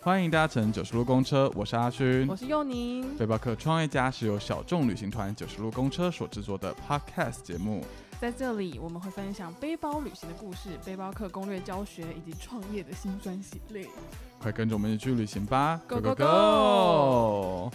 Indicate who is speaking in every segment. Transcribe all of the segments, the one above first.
Speaker 1: 欢迎搭乘九十路公车，我是阿勋
Speaker 2: 我。是佑宁，
Speaker 1: 背包客创业家是由小众旅行团九十路公车所制作的 Podcast 节目。
Speaker 2: 在这里我们会分享背包旅行的故事、背包客攻略教学以及创业的辛酸血 泪。
Speaker 1: 快跟着我们一起去旅行吧
Speaker 2: Go,
Speaker 1: go
Speaker 2: go,
Speaker 1: go！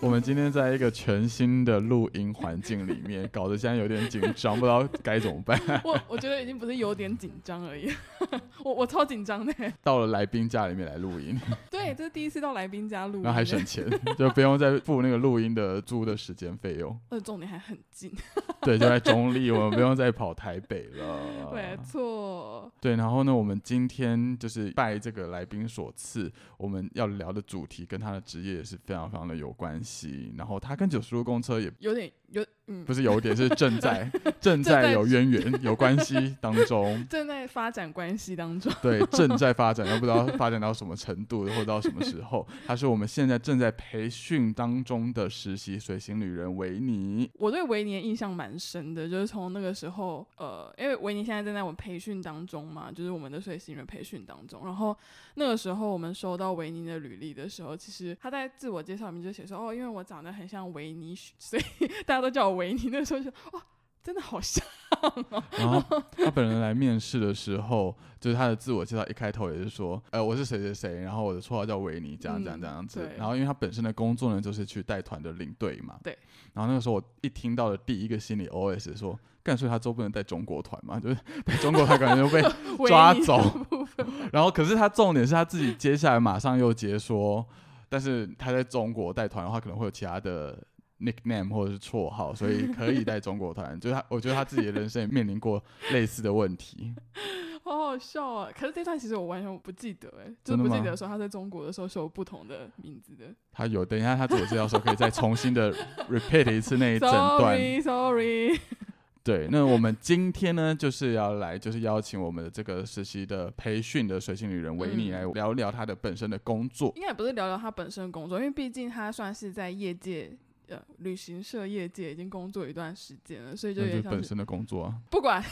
Speaker 1: 我们今天在一个全新的录音环境里 面，搞得现在有点紧张，不知道该怎么办。
Speaker 2: 我我觉得已经不是有点紧张而已， 我我超紧张的。
Speaker 1: 到了来宾家里面来录音，
Speaker 2: 对，这是第一次到来宾家录音，
Speaker 1: 嗯然后还省钱， 就不用再付那个录音的租的时间费用。
Speaker 2: 而且重点还很近，
Speaker 1: 对，就在中立，我们不用再跑台北 了。
Speaker 2: 没错。
Speaker 1: 对，然后呢，我们今天就是拜这个来宾所赐，我们要聊的主题跟他的职业也是非常非常的有关系。然后他跟九十路公车也
Speaker 2: 有点有嗯，
Speaker 1: 不是有点，是正在正在有渊源、有关系当中。
Speaker 2: 正在发展关系当中，
Speaker 1: 对，正在发展，又不知道发展到什么程度，或者到什么时候。他是我们现在正在培训当中的实习随行旅人维尼。
Speaker 2: 我对维尼的印象蛮深的，就是从那个时候，呃，因为维尼现在正在我们培训当中嘛，就是我们的随行员培训当中。然后那个时候我们收到维尼的履历的时候，其实他在自我介绍里面就写说，哦，因为我长得很像维尼，所以 大家都叫我维尼。那时候就哇，真的 好像，
Speaker 1: 然后他本人来面试的时候，就是他的自我介绍一开头也是说，呃，我是谁谁谁，然后我的绰号叫维尼，这样这样
Speaker 2: 嗯
Speaker 1: 这样子。
Speaker 2: 对
Speaker 1: 然后因为他本身的工作呢，就是去带团的领队嘛。
Speaker 2: 对。
Speaker 1: 然后那个时候我一听到的第一个心理 OS 是说，干所以他周不能带中国团嘛，就是 带中国团感觉就被
Speaker 2: 维
Speaker 1: 抓
Speaker 2: 尼的
Speaker 1: 走
Speaker 2: 部分
Speaker 1: 然后，可是他重点是他自己接下来马上又接说，但是他在中国带团的话，可能会有其他的 nickname 或者是绰号，所以可以带中国团。就是他，我觉得他自己的人生也面临过类似的问题。
Speaker 2: 好好笑啊！可是这段其实我完全不记得、欸，哎，就
Speaker 1: 真的
Speaker 2: 是不记
Speaker 1: 吗
Speaker 2: 得说他在中国的时候是有不同的名字的。
Speaker 1: 他有，等一下他自我介绍的时候可以再重新的 repeat 一次那一整段。
Speaker 2: Sorry，Sorry。
Speaker 1: 对，那我们今天呢，就是要来，就是邀请我们的这个实习的培训的水性女人维尼
Speaker 2: 嗯
Speaker 1: 来聊聊她的本身的工作。
Speaker 2: 应该也不是聊聊他本身的工作，因为毕竟他算是在业界。呃，旅行社业界已经工作一段时间了，所以就
Speaker 1: 那
Speaker 2: 有
Speaker 1: 就是
Speaker 2: 点像
Speaker 1: 本
Speaker 2: 是
Speaker 1: 身的工作啊，
Speaker 2: 不管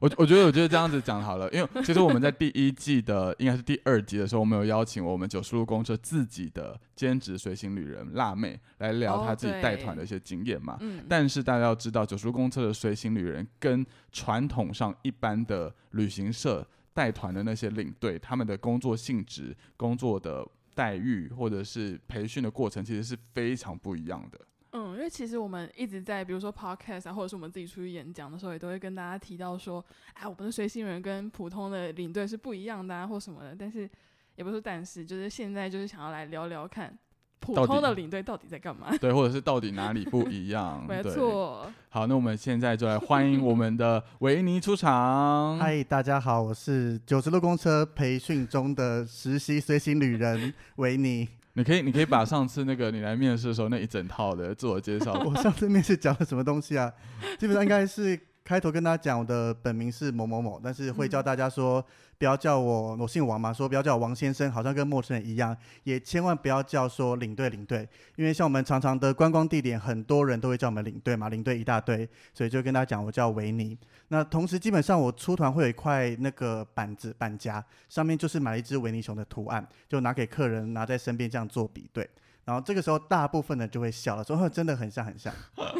Speaker 1: 我我觉得我觉得这样子讲好了，因为其实我们在第一季的应该是第二集的时候，我们有邀请我们九十路公车自己的兼职随行旅人辣妹来聊
Speaker 2: 哦
Speaker 1: 她自己
Speaker 2: 对
Speaker 1: 带团的一些经验嘛。
Speaker 2: 嗯，
Speaker 1: 但是大家要知道，九十路公车的随行旅人跟传统上一般的旅行社带团的那些领队，他们的工作性质、工作的待遇或者是培训的过程，其实是非常不一样 的。
Speaker 2: 嗯，因为其实我们一直在，比如说 podcast 啊，或者是我们自己出去演讲的时候，也都会跟大家提到说，哎，我们的随行人跟普通的领队是不一样的啊，或什么的。但是也不是说但是，就是现在就是想要来聊聊看，普
Speaker 1: 到底
Speaker 2: 通的领队到底在干嘛？？
Speaker 1: 对，或者是到底哪里不一样
Speaker 2: 没
Speaker 1: 对
Speaker 2: 错，
Speaker 1: 好，那我们现在就来欢迎我们的维尼出场。
Speaker 3: 嗨，大家好，我是九十路公车培训中的实习随行旅人维尼。
Speaker 1: 你可以，你可以把上次那个你来面试的时候那一整套的自我介绍，
Speaker 3: 我上次面试讲了什么东西啊？基本上应该是开头跟大家讲我的本名是某某某，但是会教大家说不要叫我，我姓王嘛，说不要叫我王先生，好像跟陌生人一样，也千万不要叫说领队领队，因为像我们常常的观光地点，很多人都会叫我们领队嘛，领队一大堆，所以就跟大家讲我叫维尼。那同时基本上我出团会有一块那个板子板夹，上面就是买了一只维尼熊的图案，就拿给客人拿在身边这样做比对。然后这个时候，大部分人就会笑了，说：“哦，真的很像，很像。”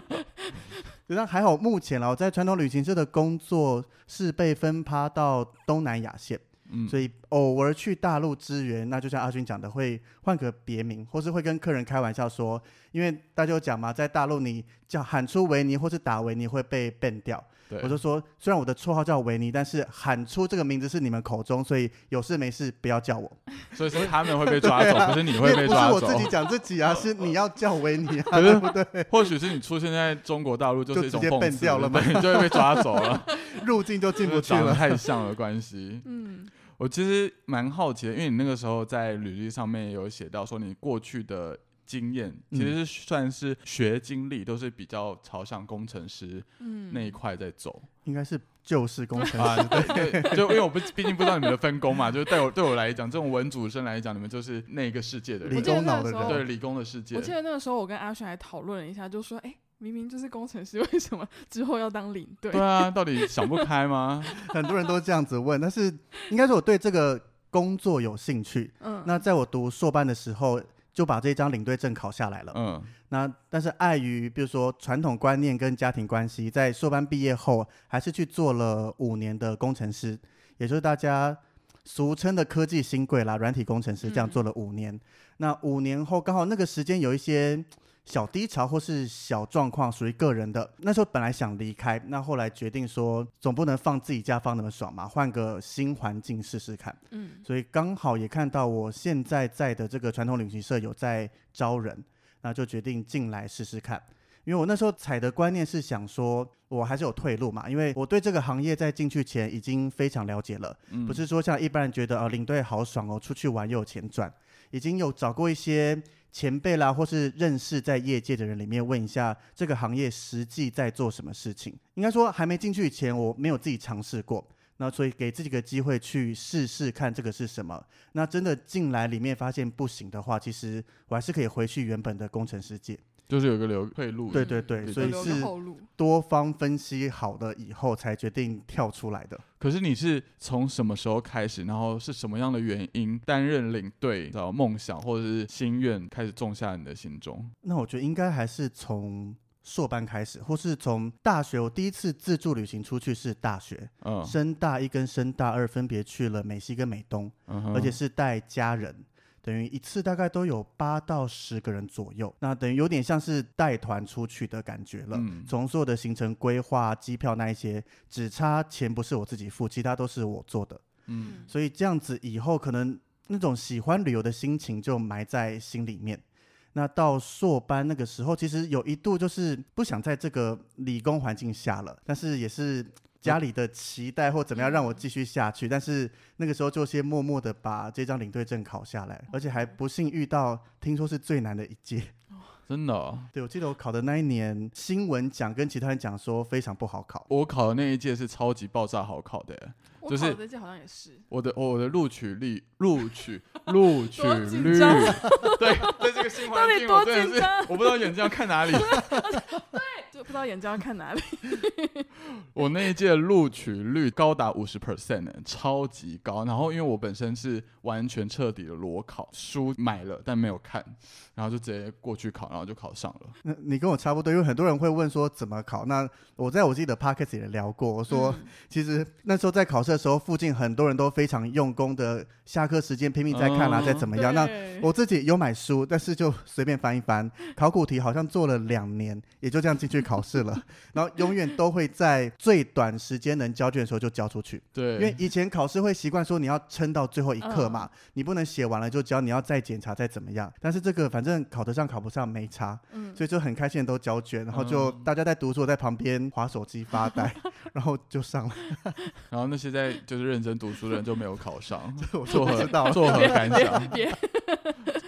Speaker 3: 但还好，目前啊啦，我在传统旅行社的工作是被分发到东南亚线，
Speaker 1: 嗯，
Speaker 3: 所以偶尔去大陆支援，啊那就像阿勋讲的，会换个别名，或是会跟客人开玩笑说，因为大家有讲嘛，在大陆你叫喊出维尼或是打维尼会被 ban 掉。
Speaker 1: 对
Speaker 3: 我就说，虽然我的绰号叫维尼，但是喊出这个名字是你们口中，所以有事没事不要叫我。
Speaker 1: 所以是他们会 被抓
Speaker 3: 对
Speaker 1: 走，
Speaker 3: 啊
Speaker 1: 不是你会
Speaker 3: 因
Speaker 1: 被
Speaker 3: 为 不是
Speaker 1: 抓
Speaker 3: 我
Speaker 1: 走
Speaker 3: 自。己讲自己啊，是你要叫维 尼 啊，
Speaker 1: 可是
Speaker 3: 对不对？
Speaker 1: 或许是你出现在中国大陆就是一种
Speaker 3: 就直接
Speaker 1: 讽
Speaker 3: 笨
Speaker 1: 刺，
Speaker 3: 掉了吗
Speaker 1: 对， 你就会被抓走了，
Speaker 3: 入境就 进不去
Speaker 1: 因为长得
Speaker 3: 了。
Speaker 1: 太像了关系。
Speaker 2: 嗯，
Speaker 1: 我其实蛮好奇的，因为你那个时候在履历上面也有写到说你过去的经验，其实
Speaker 3: 嗯
Speaker 1: 是算是学经历都是比较朝向工程师
Speaker 2: 嗯
Speaker 1: 那一块在走。
Speaker 3: 应该是旧式工程
Speaker 1: 啊，
Speaker 3: 师，
Speaker 1: 对，对就因为我不毕竟不知道你们的分工嘛，就是对我对我来讲，这种文组生来讲，你们就是那个世界的
Speaker 3: 理
Speaker 1: 人，
Speaker 3: 工脑的哦
Speaker 2: 我记得那个时候
Speaker 3: 人，
Speaker 1: 对理工的世界
Speaker 2: 我。记得那个时候我跟阿轩还讨论了一下，就说，哎、明明就是工程师， 为什么之后要当领队
Speaker 1: 对？啊，到底想不开吗？
Speaker 3: 很多人都这样子问，但是应该是我对这个工作有兴趣。
Speaker 2: 嗯，
Speaker 3: 那在我读硕班的时候，就把这张领队证考下来了。
Speaker 1: 嗯，
Speaker 3: 那但是碍于比如说传统观念跟家庭关系，在硕班毕业后，还是去做了五年的工程师，也就是大家俗称的科技新贵啦，软体工程师，这样
Speaker 2: 嗯
Speaker 3: 做了五年。那五年后刚好那个时间有一些小低潮或是小状况，属于个人的。那时候本来想离开，那后来决定说，总不能放自己家放那么爽嘛，换个新环境试试看。
Speaker 2: 嗯
Speaker 3: 所以刚好也看到我现在在的这个传统旅行社有在招人，那就决定进来试试看。因为我那时候采的观念是想说，我还是有退路嘛，因为我对这个行业在进去前已经非常了解了，
Speaker 1: 嗯
Speaker 3: 不是说像一般人觉得哦、领队好爽哦，出去玩又有钱赚，已经有找过一些前辈啦，或是认识在业界的人里面问一下这个行业实际在做什么事情。应该说还没进去以前，我没有自己尝试过，那所以给自己个机会去试试看这个是什么。那真的进来里面发现不行的话，其实我还是可以回去原本的工程师界。
Speaker 1: 就是有个留退路。
Speaker 3: 对对对，
Speaker 1: 对
Speaker 3: 所以
Speaker 2: 留个
Speaker 3: 是
Speaker 2: 后路。
Speaker 3: 多方分析好了以后才决定跳出来的。
Speaker 1: 可是你是从什么时候开始，然后是什么样的原因担任领队的梦想或者是心愿开始种下你的心中？
Speaker 3: 那我觉得应该还是从硕班开始，或是从大学。我第一次自助旅行出去是大学，
Speaker 1: 嗯，
Speaker 3: 升大一跟升大二分别去了美西跟美东，
Speaker 1: 嗯哼
Speaker 3: 而且是带家人。等于一次大概都有八到十个人左右，那等于有点像是带团出去的感觉了。
Speaker 1: 嗯
Speaker 3: 从所有的行程规划、机票那一些，只差钱不是我自己付，其他都是我做的。
Speaker 1: 嗯
Speaker 3: 所以这样子以后可能那种喜欢旅游的心情就埋在心里面。那到硕班那个时候，其实有一度就是不想在这个理工环境下了，但是也是家里的期待或怎么样让我继续下去。但是那个时候就先默默的把这张领队证考下来，而且还不幸遇到听说是最难的一届。
Speaker 1: 真的哦、
Speaker 3: 对我记得我考的那一年，新闻奖跟其他人讲说非常不好考。
Speaker 1: 我考的那一届是超级爆炸好考的耶，
Speaker 2: 我
Speaker 1: 就是
Speaker 2: 考这届好像也是，
Speaker 1: 我的我的录取率录取录取
Speaker 2: 多紧
Speaker 1: 率，
Speaker 2: 张
Speaker 1: 对，在这个新环境，
Speaker 2: 到
Speaker 1: 我
Speaker 2: 底
Speaker 1: 真
Speaker 2: 多
Speaker 1: 的
Speaker 2: 紧
Speaker 1: 是
Speaker 2: 张
Speaker 1: 我不知道眼睛要看哪里。
Speaker 2: 就不知道眼睛要看 哪里。
Speaker 1: 我那一届录取率高达五十 percent，超级高。然后因为我本身是完全彻底的裸考，书买了但没有看，然后就直接过去考，然后就考上了。
Speaker 3: 那你跟我差不多，因为很多人会问说怎么考。那我在我自己的 podcast 也聊过，我说、
Speaker 2: 嗯
Speaker 3: 其实那时候在考试的时候，附近很多人都非常用功的，下课时间拼命在看啦、
Speaker 1: 哦
Speaker 3: 在怎么样。哎那
Speaker 2: 对
Speaker 3: 我自己有买书，但是就随便翻一翻，考古题好像做了两年，也就这样进去考试了。 然后永远都会在最短时间能交卷的时候就交出去，因为
Speaker 1: 对，嗯
Speaker 3: 以前考试会习惯说你要撑到最后一刻嘛，你不能写完了就交，你要再检查再怎么样。但是这个反正考得上考不上没差，
Speaker 2: 嗯，
Speaker 3: 所以就很开心地都交卷，然后就
Speaker 1: 嗯
Speaker 3: 大家在读书，我在旁边划手机发呆，然后就上了。
Speaker 1: 然后那些在就是认真读书的人就没有考 上，
Speaker 3: 我就
Speaker 1: 作
Speaker 3: 不
Speaker 1: 何
Speaker 3: 知道了。
Speaker 1: 作何感 想？
Speaker 2: 别。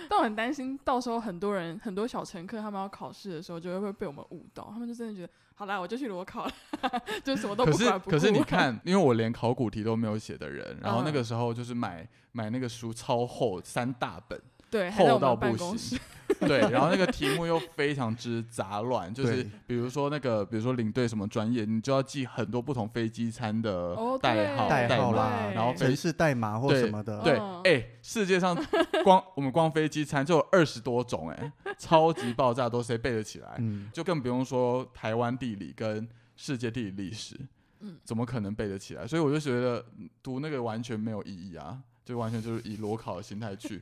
Speaker 2: 但我很担心，到时候很多人、很多小乘客他们要考试的时候，就会会被我们误导。他们就真的觉得，好啦，我就去裸考了， 就什么都
Speaker 1: 可
Speaker 2: 不
Speaker 1: 是
Speaker 2: 管不顾。
Speaker 1: 可是你，看，因为我连考古题都没有写的人，然后
Speaker 3: 嗯
Speaker 1: 那个时候就是买买那个书超厚，三大本，
Speaker 2: 对，还在
Speaker 1: 厚
Speaker 2: 我
Speaker 1: 到
Speaker 2: 们办
Speaker 1: 不
Speaker 2: 公室
Speaker 1: 行。对，然后那个题目又非常之杂乱，就是
Speaker 3: 对
Speaker 1: 比如说那个，比如说领队什么专业，你就要记很多不同飞机餐的
Speaker 2: 哦
Speaker 1: 代号、
Speaker 2: 对
Speaker 3: 代号
Speaker 1: 码，
Speaker 3: 啦
Speaker 2: 对
Speaker 1: 然后
Speaker 3: 城
Speaker 1: 飞
Speaker 3: 市代码或
Speaker 1: 对
Speaker 3: 什么的。
Speaker 1: 对，
Speaker 2: 嗯
Speaker 1: 哎、世界上光我们光飞机餐就有二十多种、哎，超级爆炸多，谁背得起来？
Speaker 3: 嗯，
Speaker 1: 就更不用说台湾地理跟世界地理历史，
Speaker 2: 嗯
Speaker 1: 怎么可能背得起来？所以我就觉得嗯读那个完全没有意义啊，就完全就是以裸考的心态去。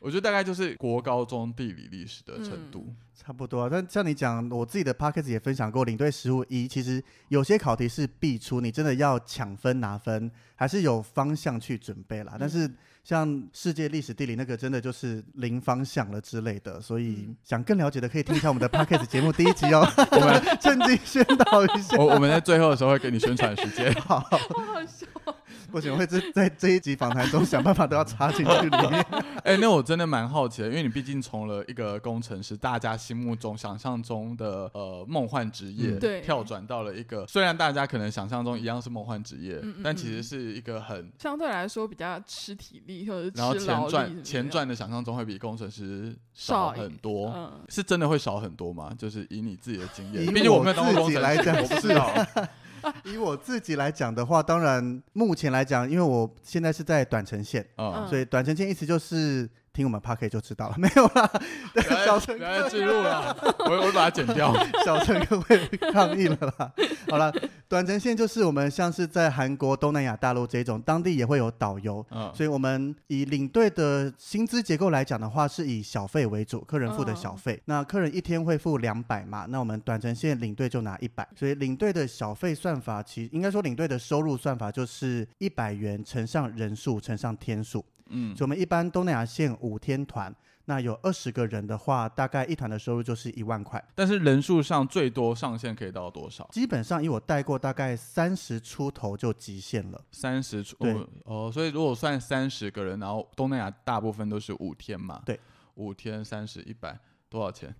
Speaker 1: 我觉得大概就是国高中地理历史的程度，
Speaker 2: 嗯
Speaker 3: 差不多啊。但像你讲，我自己的 p o c k e t 也分享过，领队实务一，其实有些考题是必出，你真的要抢分拿分，还是有方向去准备啦。但是像世界历史地理那个，真的就是零方向了之类的。所以
Speaker 2: 嗯
Speaker 3: 想更了解的，可以听一下我们的 p o c k e t 节目第一集哦。我
Speaker 1: 们
Speaker 3: 趁机宣导一下。
Speaker 1: 我我们在最后的时候会给你宣传时间。
Speaker 3: 好，
Speaker 2: 好好笑。
Speaker 3: 不行，我会在在这一集访谈中想办法都要插进去里面。
Speaker 1: 哎、那我真的蛮好奇的，因为你毕竟从了一个工程师，大家心目中想象中的呃梦幻职业，
Speaker 3: 嗯
Speaker 2: 对
Speaker 1: 跳转到了一个虽然大家可能想象中一样是梦幻职业，
Speaker 2: 嗯嗯
Speaker 1: 但其实是一个很
Speaker 2: 相对来说比较吃体力或者是
Speaker 1: 然后
Speaker 2: 吃
Speaker 1: 钱
Speaker 2: 劳力
Speaker 1: 赚
Speaker 2: 什么
Speaker 1: 钱
Speaker 2: 的，
Speaker 1: 赚的想象中会比工程师
Speaker 2: 少
Speaker 1: 少
Speaker 2: 一
Speaker 1: 很多，
Speaker 2: 嗯，
Speaker 1: 是真的会少很多吗？就是以你自己的经验
Speaker 3: 以，
Speaker 1: 毕竟我
Speaker 3: 我
Speaker 1: 没有当过
Speaker 3: 自
Speaker 1: 工
Speaker 3: 己
Speaker 1: 程
Speaker 3: 来
Speaker 1: 师，
Speaker 3: 讲
Speaker 1: 我不知道。
Speaker 3: 以我自己来讲的话，当然目前来讲，因为我现在是在短程线，
Speaker 1: 嗯，
Speaker 2: 嗯
Speaker 3: 所以短程线意思就是听我们 p a r k 就知道了， 没有啦，对
Speaker 1: 不要
Speaker 3: 小
Speaker 1: 再
Speaker 3: 乘
Speaker 1: 不要再置入了，我我把它剪掉。
Speaker 3: 小乘客会抗议了啦。好了，短程线就是我们像是在韩国、东南亚大陆这种，当地也会有导游。
Speaker 1: 嗯，
Speaker 3: 所以，我们以领队的薪资结构来讲的话，是以小费为主，客人付的
Speaker 2: 嗯
Speaker 3: 小费。那客人一天会付两百嘛，那我们短程线领队就拿一百，所以领队的小费算法其，应该说领队的收入算法就是一百元乘上人数乘上天数。
Speaker 1: 嗯
Speaker 3: 所以我们一般东南亚线五天团，那有二十个人的话，大概一团的收入就是一万块。
Speaker 1: 但是人数上最多上限可以到多少？
Speaker 3: 基本上以我带过大概三十出头就极限 了。
Speaker 1: 三十出
Speaker 3: 对
Speaker 1: 哦哦，所以如果算三十个人，然后东南亚大部分都是五天嘛，
Speaker 3: 对，
Speaker 1: 五天三十一百多少钱？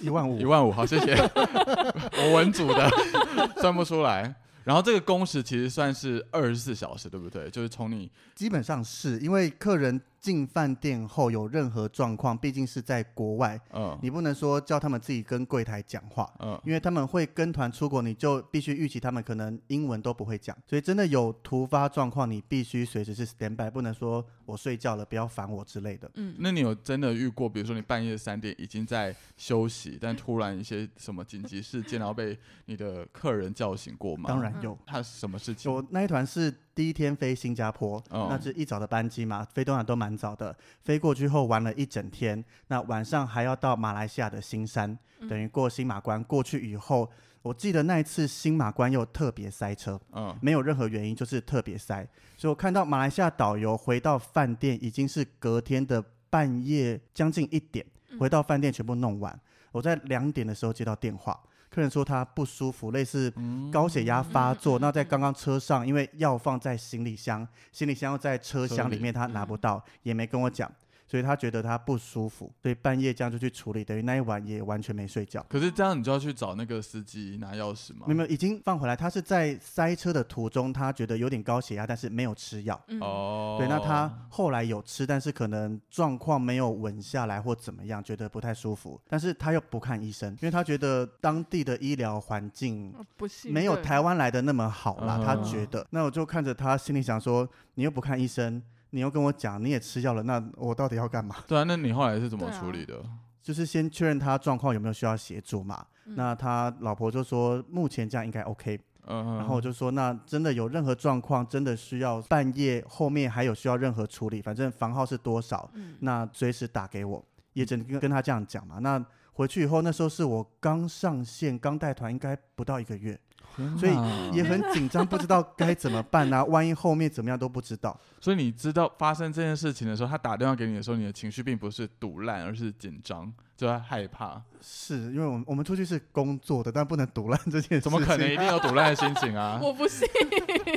Speaker 3: 一万五
Speaker 1: 一万五，好，谢 谢。我文组的 算不出来。然后这个工时其实算是二十四小时，对不对？就是从你
Speaker 3: 基本上是因为客人进饭店后有任何状况，毕竟是在国外，
Speaker 1: 嗯
Speaker 3: 你不能说叫他们自己跟柜台讲话。
Speaker 1: 嗯
Speaker 3: 因为他们会跟团出国，你就必须预期他们可能英文都不会讲，所以真的有突发状况，你必须随时是 stand by，不能说我睡觉了，不要烦我之类的。
Speaker 2: 嗯，
Speaker 1: 那你有真的遇过，比如说你半夜三点已经在休息，但突然一些什么紧急事件，然后被你的客人叫醒过吗？
Speaker 3: 当然
Speaker 2: 嗯
Speaker 3: 有，
Speaker 1: 他是什么事情？
Speaker 3: 我那一团是第一天飞新加坡，
Speaker 1: 哦
Speaker 3: 那是一早的班机嘛，飞东南亚都蛮早的。飞过去后玩了一整天，那晚上还要到马来西亚的新山，
Speaker 2: 嗯
Speaker 3: 等于过新马关。过去以后，我记得那一次新马关又特别塞车，
Speaker 1: 嗯，
Speaker 3: 没有任何原因，就是特别塞。所以我看到马来西亚导游回到饭店已经是隔天的半夜将近一点，
Speaker 2: 嗯
Speaker 3: 回到饭店全部弄完。我在两点的时候接到电话，客人说他不舒服，类似高血压发
Speaker 2: 嗯
Speaker 3: 作。
Speaker 2: 嗯嗯
Speaker 3: 那在刚刚车上，因为药放在行李箱，行李箱又在车
Speaker 1: 车
Speaker 3: 厢
Speaker 1: 里嗯
Speaker 3: 里面，他拿不到，也没跟我讲。所以他觉得他不舒服，所以半夜这样就去处理，等于那一晚也完全没睡觉。
Speaker 1: 可是这样你就要去找那个司机拿钥匙吗？
Speaker 3: 没有没有，已经放回来。他是在塞车的途中，他觉得有点高血压，但是没有吃药。
Speaker 2: 嗯，
Speaker 1: 哦，
Speaker 3: 对，那他后来有吃，但是可能状况没有稳下来或怎么样，觉得不太舒服，但是他又不看医生，因为他觉得当地的医疗环境
Speaker 2: 呃不信
Speaker 3: 没有
Speaker 2: 任
Speaker 3: 台湾来的那么好啦，
Speaker 1: 嗯
Speaker 3: 他觉得。那我就看着他，心里想说，你又不看医生，你又跟我讲你也吃药了，那我到底要干嘛？
Speaker 1: 对啊，那你后来是怎么
Speaker 2: 对啊
Speaker 1: 处理的？
Speaker 3: 就是先确认他状况有没有需要协助嘛。
Speaker 2: 嗯
Speaker 3: 那他老婆就说，目前这样应该 OK。
Speaker 1: 嗯，
Speaker 3: 然后我就说，那真的有任何状况，真的需要半夜后面还有需要任何处理，反正房号是多少，
Speaker 2: 嗯？
Speaker 3: 那随时打给我，
Speaker 1: 嗯
Speaker 3: 也只能跟跟他这样讲嘛。那回去以后，那时候是我刚上线，刚带团，应该不到一个月，
Speaker 1: 天
Speaker 3: 所以
Speaker 1: 哪
Speaker 3: 也很紧张，不知道该怎么 办啊，万一后面怎么样都不知道。
Speaker 1: 所以你知道发生这件事情的时候，他打电话给你的时候，你的情绪并不是堵烂，而是紧张，就在害怕。
Speaker 3: 是因为我们我们出去是工作的，但不能独揽这件事情。
Speaker 1: 怎么可能一定有堵烂的心情啊
Speaker 2: 我 不信，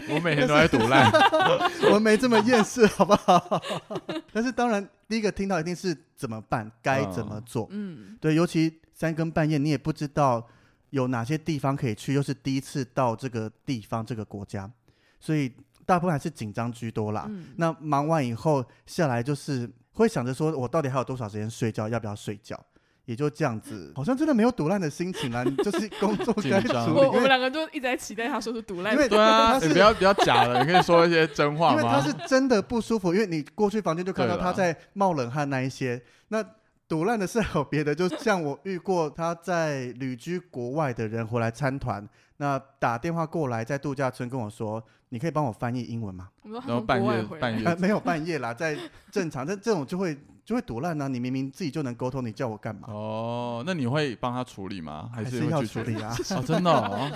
Speaker 1: 我每天都在堵烂。
Speaker 3: 我没这么厌世，好不好？ 但是当然，第一个听到一定是怎么办，该怎么做。
Speaker 2: 嗯
Speaker 3: 对，尤其三更半夜，你也不知道有哪些地方可以去，又是第一次到这个地方这个国家，所以大部分还是紧张居多啦。
Speaker 2: 嗯，
Speaker 3: 那忙完以后下来，就是会想着说我到底还有多少时间睡觉，要不要睡觉？也就这样子，好像真的没有赌烂的心情啦，你就是 工作
Speaker 1: 紧
Speaker 3: 该
Speaker 1: 张
Speaker 3: 处理，
Speaker 2: 我
Speaker 3: 因
Speaker 2: 我们
Speaker 3: 为
Speaker 2: 两个就一直在期待他说出毒烂
Speaker 3: 因，为
Speaker 1: 对啊，
Speaker 3: 他是
Speaker 1: 你不要不要假了，你可以说一些真话
Speaker 3: 因为他
Speaker 1: 吗？
Speaker 3: 是真的不舒服，因为你过去房间就看到
Speaker 1: 对啦
Speaker 3: 他在冒冷汗那一些。那赌烂的是还有别的，就像我遇过他在旅居国外的人回来参团，那打电话过来在度假村跟我说，你可以帮我翻译英文吗？
Speaker 2: 我们说他
Speaker 1: 然后
Speaker 2: 从
Speaker 1: 半
Speaker 2: 国
Speaker 1: 夜
Speaker 2: 外回
Speaker 1: 半
Speaker 2: 来，
Speaker 1: 夜
Speaker 3: 呃， 没有半夜啦，在正常，但这种就会就会赌烂呢。啊你明明自己就能沟通，你叫我干嘛？
Speaker 1: 哦，那你会帮他处理吗？哦还
Speaker 3: 是要
Speaker 1: 会拒
Speaker 3: 处
Speaker 1: 绝？
Speaker 3: 理啊？
Speaker 1: 哦，真的哦，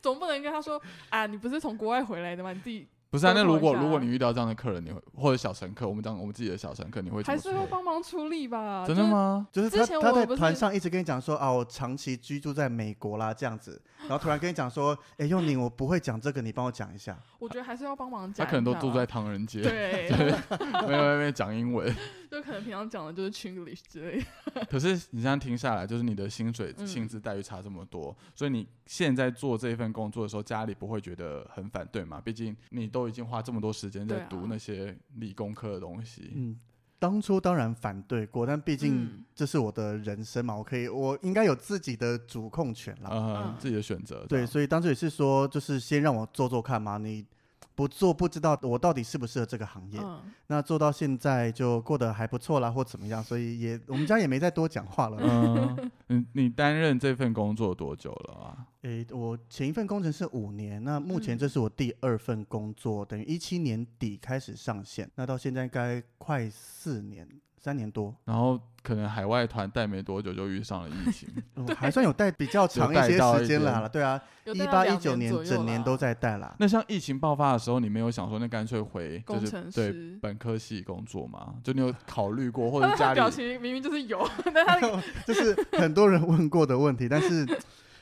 Speaker 2: 总不能跟他说啊，你不是从国外回来的吗？你自己
Speaker 1: 不是啊，那
Speaker 2: 沟通
Speaker 1: 如果
Speaker 2: 一下
Speaker 1: 如果你遇到这样的客人，你会或者小乘客，我们讲我们自己的小乘客，你会怎
Speaker 2: 还
Speaker 1: 么
Speaker 2: 是
Speaker 1: 处
Speaker 2: 会
Speaker 1: 理？
Speaker 2: 帮忙处理吧。
Speaker 1: 真
Speaker 2: 就
Speaker 1: 的
Speaker 2: 是？
Speaker 1: 吗？
Speaker 3: 就是
Speaker 2: 之
Speaker 3: 他
Speaker 2: 前
Speaker 3: 他
Speaker 2: 我
Speaker 3: 在
Speaker 2: 不是
Speaker 3: 团上一直跟你讲说啊，我长期居住在美国啦这样子，然后突然跟你讲说，哎、用你我不会讲这个，你帮我讲一下。
Speaker 2: 我觉得还是要帮忙
Speaker 1: 他
Speaker 2: 讲。啊
Speaker 1: 可能都住在唐人街，
Speaker 2: 对，
Speaker 1: 没有在那边讲英文。
Speaker 2: 就可能平常讲的就是 Chinglish 之类的。
Speaker 1: 可是你这样听下来，就是你的薪水、
Speaker 2: 嗯
Speaker 1: 薪资待遇差这么多，所以你现在做这份工作的时候，家里不会觉得很反对嘛？毕竟你都已经花这么多时间在
Speaker 2: 对啊
Speaker 1: 读那些理工科的东西。
Speaker 3: 嗯，当初当然反对过，但毕竟
Speaker 2: 嗯
Speaker 3: 这是我的人生嘛，我可以，我应该有自己的主控权啦。
Speaker 1: 呃
Speaker 2: 嗯，
Speaker 1: 自己的选择。
Speaker 3: 对，
Speaker 1: 这样，
Speaker 3: 所以当初也是说，就是先让我做做看嘛，你不做不知道我到底适不适合这个行业。
Speaker 2: 嗯，
Speaker 3: 那做到现在就过得还不错啦，或怎么样，所以也我们家也没再多讲话了。
Speaker 1: 嗯，你你担任这份工作多久了啊？
Speaker 3: 诶，我前一份工程是五年，那目前
Speaker 2: 嗯
Speaker 3: 这是我第二份工作，等于一七年底开始上线，那到现在应该快四年，三年多，
Speaker 1: 然后可能海外团带没多久就遇上了疫 情，
Speaker 3: 我嗯还算有带比较长
Speaker 1: 带
Speaker 3: 一些
Speaker 1: 到
Speaker 3: 时
Speaker 1: 一
Speaker 3: 间
Speaker 1: 点
Speaker 3: 啦，对啊，
Speaker 2: 有
Speaker 3: 一
Speaker 2: 大概
Speaker 3: 八一
Speaker 2: 两
Speaker 3: 九
Speaker 2: 年
Speaker 3: 年
Speaker 2: 左右
Speaker 3: 整年
Speaker 2: 啦
Speaker 3: 都在带啦。
Speaker 1: 那像疫情爆发的时候，你没有想说那干脆回就
Speaker 2: 工
Speaker 1: 是
Speaker 2: 程
Speaker 1: 对
Speaker 2: 师。
Speaker 1: 本科系工作吗？就你有考虑过，或
Speaker 2: 他
Speaker 1: 者
Speaker 2: 的
Speaker 1: 家
Speaker 2: 表
Speaker 1: 里啊
Speaker 2: 情明明就是有， 但他的
Speaker 3: 这是很多人问过的问题，但是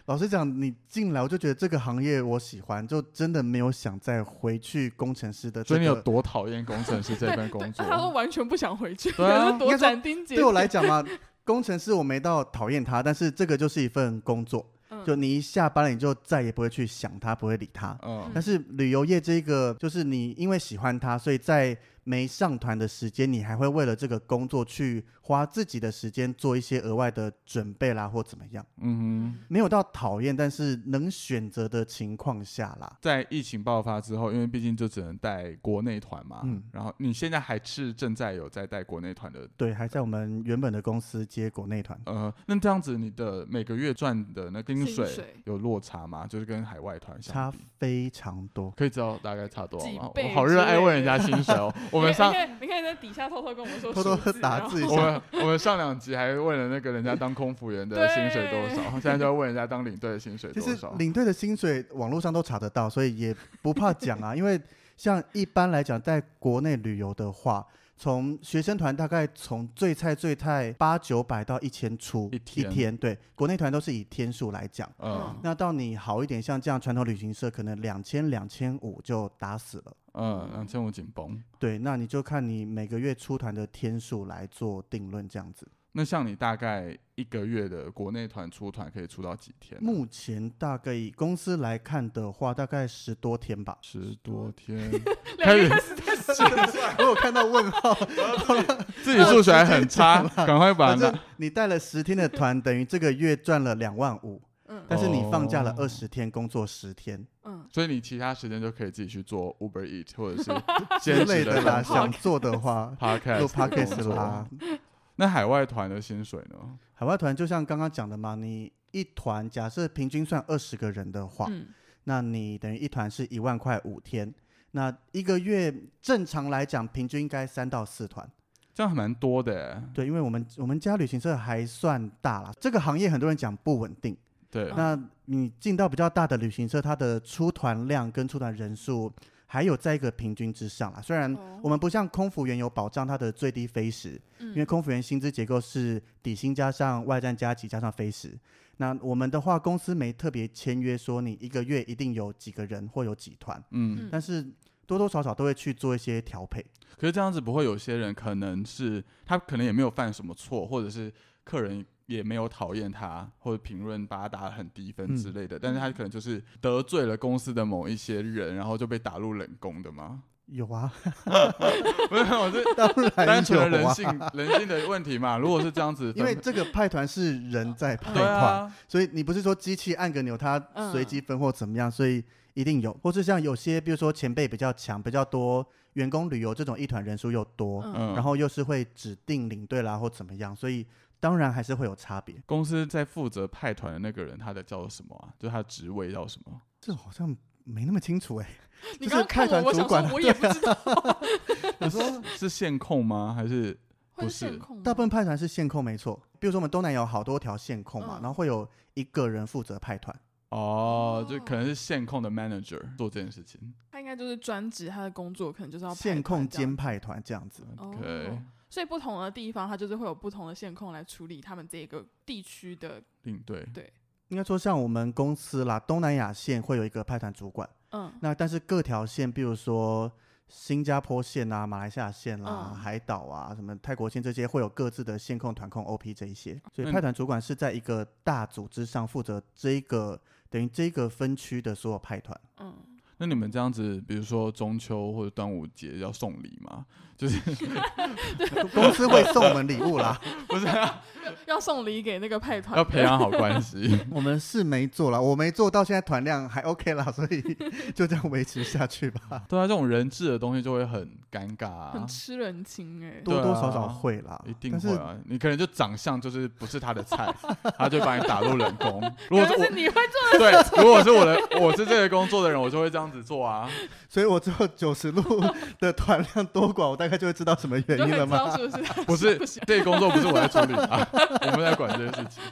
Speaker 3: 老实讲，你进来我就觉得这个行业我喜欢，就真的没有想再回去工程师的、这
Speaker 1: 所以
Speaker 3: 个。
Speaker 1: 你有多讨厌工程师这份工
Speaker 2: 对
Speaker 1: 作？
Speaker 2: 他都完全不想回去，
Speaker 1: 对啊
Speaker 2: 可是
Speaker 3: 应
Speaker 2: 多
Speaker 3: 该说
Speaker 2: 斩钉截铁。
Speaker 3: 对我来讲嘛，工程师我没到讨厌他，但是这个就是一份工作，
Speaker 2: 嗯，
Speaker 3: 就你一下班了，你就再也不会去想他，不会理他。
Speaker 1: 嗯
Speaker 3: 但是旅游业这个，就是你因为喜欢它，所以在没上团的时间，你还会为了这个工作去花自己的时间做一些额外的准备啦，或怎么样。
Speaker 1: 嗯哼，
Speaker 3: 没有到讨厌，但是能选择的情况下啦。
Speaker 1: 在疫情爆发之后，因为毕竟就只能带国内团嘛，
Speaker 3: 嗯
Speaker 1: 然后你现在还是正在有在带国内团的。
Speaker 3: 对，还在我们原本的公司接国内团，
Speaker 1: 呃，那这样子，你的每个月赚的那薪
Speaker 2: 薪
Speaker 1: 水
Speaker 2: 水
Speaker 1: 有落差吗？就是跟海外团相
Speaker 3: 差
Speaker 1: 比
Speaker 3: 非 常多。
Speaker 1: 可以知道大概差多少吗？
Speaker 2: 几倍
Speaker 1: 我好热爱
Speaker 2: 之类的
Speaker 1: 问人家薪水 哦。我
Speaker 2: 我
Speaker 1: 们上
Speaker 2: 你可以你可以在底下偷偷跟我们说
Speaker 3: 偷
Speaker 2: 数
Speaker 3: 偷
Speaker 2: 字，
Speaker 3: 打
Speaker 2: 然后
Speaker 3: 字一
Speaker 1: 我
Speaker 3: 下，
Speaker 1: 们我们上两集还问了那个人家当空服员的
Speaker 2: 对
Speaker 1: 薪水多少，现在就要问人家当领队的薪水
Speaker 3: 其
Speaker 1: 多
Speaker 3: 实
Speaker 1: 少。
Speaker 3: 领队的薪水网络上都查得到，所以也不怕讲 啊。因为像一般来讲，在国内旅游的话，从学生团大概从最菜最菜八九百到一千出
Speaker 1: 一天
Speaker 3: 对，国内团都是以天数来讲。
Speaker 1: 嗯
Speaker 3: 那到你好一点，像这样传统旅行社，可能两千两千五就打死了。
Speaker 1: 嗯，两千五紧绷。
Speaker 3: 对，那你就看你每个月出团的天数来做定论，这样子。
Speaker 1: 那像你大概一个月的国内团出团可以出到几天啊？。
Speaker 3: 目前大概以公司来看的话，大概十多天吧
Speaker 1: 十多天，
Speaker 2: 两个
Speaker 1: 开
Speaker 2: 月
Speaker 1: 始
Speaker 2: 开始在数
Speaker 3: 我有看到问号，
Speaker 1: 自己数学还很 差，赶快把
Speaker 3: 反
Speaker 1: 那
Speaker 3: 正你带了十天的团，等于这个月赚了两万五，
Speaker 2: 嗯
Speaker 3: 但是你放假了
Speaker 1: 哦
Speaker 3: 二十天，工作十天
Speaker 2: 嗯，
Speaker 1: 所以你其他时间就可以自己去做 Uber Eat 或 者是
Speaker 3: 之
Speaker 1: 兼职
Speaker 3: 类的啦。
Speaker 1: 工作，
Speaker 3: 想做的话
Speaker 1: podcast
Speaker 3: 做
Speaker 1: 的
Speaker 3: podcast
Speaker 1: 工作
Speaker 3: 啦。。
Speaker 1: 那海外团的薪水呢？
Speaker 3: 海外团就像刚刚讲的嘛，你一团假设平均算二十个人的话，
Speaker 2: 嗯
Speaker 3: 那你等于一团是一万块五天，那一个月正常来讲平均应该三到四团。
Speaker 1: 这样还蛮多的欸。
Speaker 3: 对，因为我们我们家旅行社还算大啦，这个行业很多人讲不稳定。
Speaker 1: 对，
Speaker 3: 那你进到比较大的旅行社，它的出团量跟出团人数还有在一个平均之上啦。虽然
Speaker 2: 哦
Speaker 3: 我们不像空服员有保障它的最低飞时，因为
Speaker 2: 嗯，
Speaker 3: 空服员薪资结构是底薪加上外站加级加上飞时。那我们的话，公司没特别签约说你一个月一定有几个人或有几团，
Speaker 1: 嗯，
Speaker 2: 嗯
Speaker 3: 但是多多少少都会去做一些调配。
Speaker 1: 可是这样子不会有些人可能是他可能也没有犯什么错，或者是客人也没有讨厌他，或者评论把他打得很低分
Speaker 3: 嗯
Speaker 1: 之类的，但是他可能就是得罪了公司的某一些人，然后就被打入冷宫的吗？
Speaker 3: 有啊，
Speaker 1: 不是，我是
Speaker 3: 当
Speaker 1: 单
Speaker 3: 然有
Speaker 1: 纯的人
Speaker 3: 啊，
Speaker 1: 性、人性的问题嘛。如果是这样子分，
Speaker 3: 因为这个派团是人在派
Speaker 1: 对
Speaker 3: 团，
Speaker 1: 啊，
Speaker 3: 所以你不是说机器按个钮它随机分或怎么样，所以一定有，或是像有些比如说前辈比较强，比较多员工旅游这种一团人数又多，
Speaker 2: 嗯
Speaker 1: 嗯，
Speaker 3: 然后又是会指定领队啦或怎么样，所以当然还是会有差别。
Speaker 1: 公司在负责派团的那个人，他的叫什么啊？就他的职位叫什么？
Speaker 3: 这好像没那么清楚哎、
Speaker 2: 你
Speaker 3: 就是
Speaker 2: 刚刚看
Speaker 3: 看团
Speaker 2: 我，我
Speaker 3: 主
Speaker 2: 想
Speaker 3: 管
Speaker 2: 说我也不知 道，
Speaker 1: 你说是线控吗？还是
Speaker 2: 会
Speaker 1: 不是
Speaker 2: 线控吗
Speaker 3: 大部分派团是线控没错，比如说我们东南亚有好多条线控嘛，
Speaker 2: 嗯
Speaker 3: 然后会有一个人负责派团，
Speaker 1: 哦，就可能是线控的 manager 做这件事情。
Speaker 2: 他应该就是专职，他的工作可能就是要哦派
Speaker 3: 线控
Speaker 2: 团这样
Speaker 3: 兼派团这样子。
Speaker 1: OK，、
Speaker 2: 哦所以不同的地方，它就是会有不同的线控来处理他们这个地区的，
Speaker 1: 领队
Speaker 3: 应该说，像我们公司啦，东南亚线会有一个派团主管。
Speaker 2: 嗯
Speaker 3: 那但是各条线，比如说新加坡线啊、马来西亚线啦、
Speaker 2: 嗯
Speaker 3: 海岛啊、什么泰国线这些，会有各自的线控、团控、OP 这一些。
Speaker 1: 那
Speaker 3: 所以
Speaker 1: 你
Speaker 3: 派团主管是在一个大组织上负责这一个等于这一个分区的所有 派团。
Speaker 2: 嗯，
Speaker 1: 那你们这样子，比如说中秋或者端午节要送礼吗？就是
Speaker 3: 公司会送我们礼物啦，
Speaker 1: 不是啊
Speaker 2: 嗯要送礼给那个派团，
Speaker 1: 要培养 好关系？
Speaker 3: 我们是没做啦，我没做到现在团量还 OK 啦，所 以就这样维持下去吧，
Speaker 1: 对啊，这种人质的东西就会很尴尬、啊
Speaker 2: 很。吃人情哎、
Speaker 1: 对
Speaker 3: 多多少少
Speaker 1: 啊
Speaker 3: 会啦，
Speaker 1: 一定
Speaker 3: 但
Speaker 1: 会
Speaker 3: 是
Speaker 1: 啊！你可能就长相就是不是他的 菜，他就把你打入冷宫。如果是
Speaker 2: 可
Speaker 1: 我
Speaker 2: 是，你会做
Speaker 1: 对，如果是我的， 我是这个工作的人，我就会这样子做啊。
Speaker 3: 所以我只有九十路的团量多寡，我大概就会知道什么原
Speaker 2: 就
Speaker 3: 因
Speaker 2: 会
Speaker 3: 了
Speaker 2: 知
Speaker 3: 吗？
Speaker 2: 道是不 是？
Speaker 1: 不是
Speaker 2: 不行，
Speaker 1: 这个工作不是我在处理啊， 我们在管这些事 情。